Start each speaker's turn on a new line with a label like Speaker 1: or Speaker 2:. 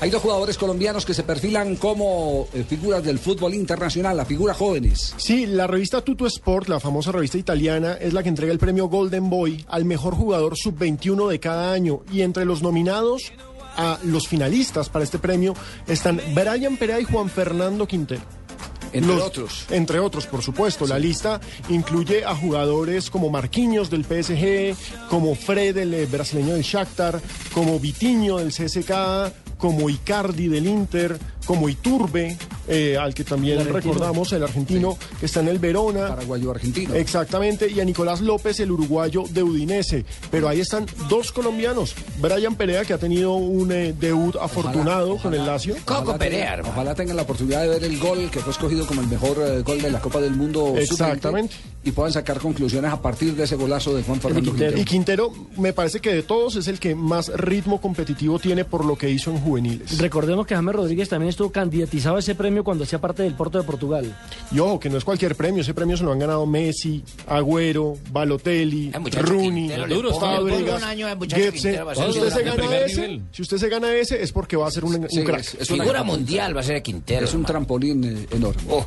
Speaker 1: Hay dos jugadores colombianos que se perfilan como eh, figuras del fútbol internacional, la figura jóvenes.
Speaker 2: Sí, la revista Tuto Sport, la famosa revista italiana, es la que entrega el premio Golden Boy al mejor jugador sub-21 de cada año. Y entre los nominados a los finalistas para este premio están Brian Perea y Juan Fernando Quintero.
Speaker 1: Entre
Speaker 2: Los-
Speaker 1: otros.
Speaker 2: Entre otros, por supuesto. La lista incluye a jugadores como Marquinhos del PSG, como Fred, el eh, brasileño del Shakhtar, como Vitiño del CSKA, como Icardi del Inter, como Iturbe, eh, al que también
Speaker 1: El argentino.
Speaker 2: recordamos, el argentino, que está en el Verona.
Speaker 1: Paraguayo argentino.
Speaker 2: Exactamente, y a Nicolás López, el uruguayo de Udinese. Pero ahí están dos colombianos. Brian Perea, que ha tenido un eh, debut afortunado con el Lazio.
Speaker 3: Coco
Speaker 1: Ojalá tengan-
Speaker 3: Perea, hermano.
Speaker 1: Ojalá tengan la oportunidad de ver el gol que fue escogido como el mejor eh, gol de la Copa del Mundo. sub-20,
Speaker 2: Exactamente.
Speaker 1: Y puedan sacar conclusiones a partir de ese golazo de Juan Fernando Quintero.
Speaker 2: Y Quintero, me parece que de todos es el que más ritmo competitivo tiene por lo que hizo en juveniles.
Speaker 4: Recordemos que James Rodríguez también estuvo candidatizado a ese premio cuando hacía parte del Porto de Portugal.
Speaker 2: Y ojo, que no es cualquier premio, ese premio se lo han ganado Messi, Agüero, Balotelli,
Speaker 3: Ay, muchacho,
Speaker 2: Rooney,
Speaker 3: Quintero, le pongo- le pongo
Speaker 2: Fábregas,
Speaker 3: un año al muchacho
Speaker 2: Goetze.
Speaker 3: Quintero, va a ser
Speaker 2: Si usted
Speaker 3: duro,
Speaker 2: se
Speaker 3: de
Speaker 2: gana
Speaker 5: primer
Speaker 2: ese,
Speaker 5: nivel.
Speaker 2: si usted se gana ese es porque va a ser un, un
Speaker 1: Sí,
Speaker 2: crack.
Speaker 1: es- es una
Speaker 3: Figura
Speaker 1: gran-
Speaker 3: mundial va a ser de Quintero.
Speaker 1: Es un
Speaker 3: hermano.
Speaker 1: trampolín eh, enorme.
Speaker 3: Oh.